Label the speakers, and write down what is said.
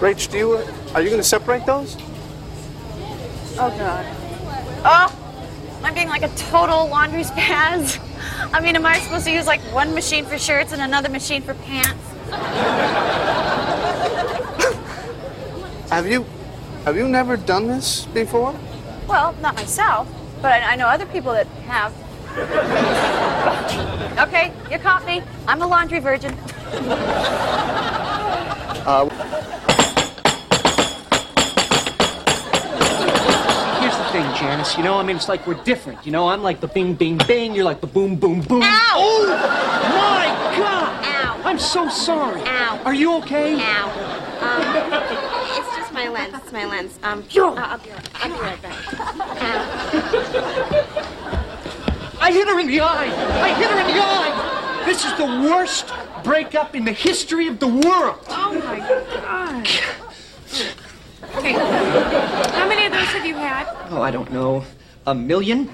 Speaker 1: Rach, do you, are you going to separate those?
Speaker 2: Oh god. Oh, I'm being like a total laundry spaz. I mean, am I supposed to use like one machine for shirts and another machine for pants?
Speaker 1: Have you, have you never done this before?
Speaker 2: Well, not myself, but I, I know other people that have. okay, you caught me. I'm a laundry virgin.
Speaker 1: Uh,
Speaker 3: Here's the thing, Janice. You know, I mean, it's like we're different. You know, I'm like the bing, bing, bing. You're like the boom, boom, boom.
Speaker 2: Ow!
Speaker 3: Oh, my God!
Speaker 4: Ow.
Speaker 3: I'm so sorry.
Speaker 4: Ow.
Speaker 3: Are you okay?
Speaker 4: Ow. Um, it's just my lens. It's my lens. Um, I'll, I'll be right, I'll be right back. Ow.
Speaker 3: I hit her in the eye. I hit her in the eye. This is the worst breakup in the history of the world.
Speaker 5: Oh How many of those have you had?
Speaker 3: Oh, I don't know. A million?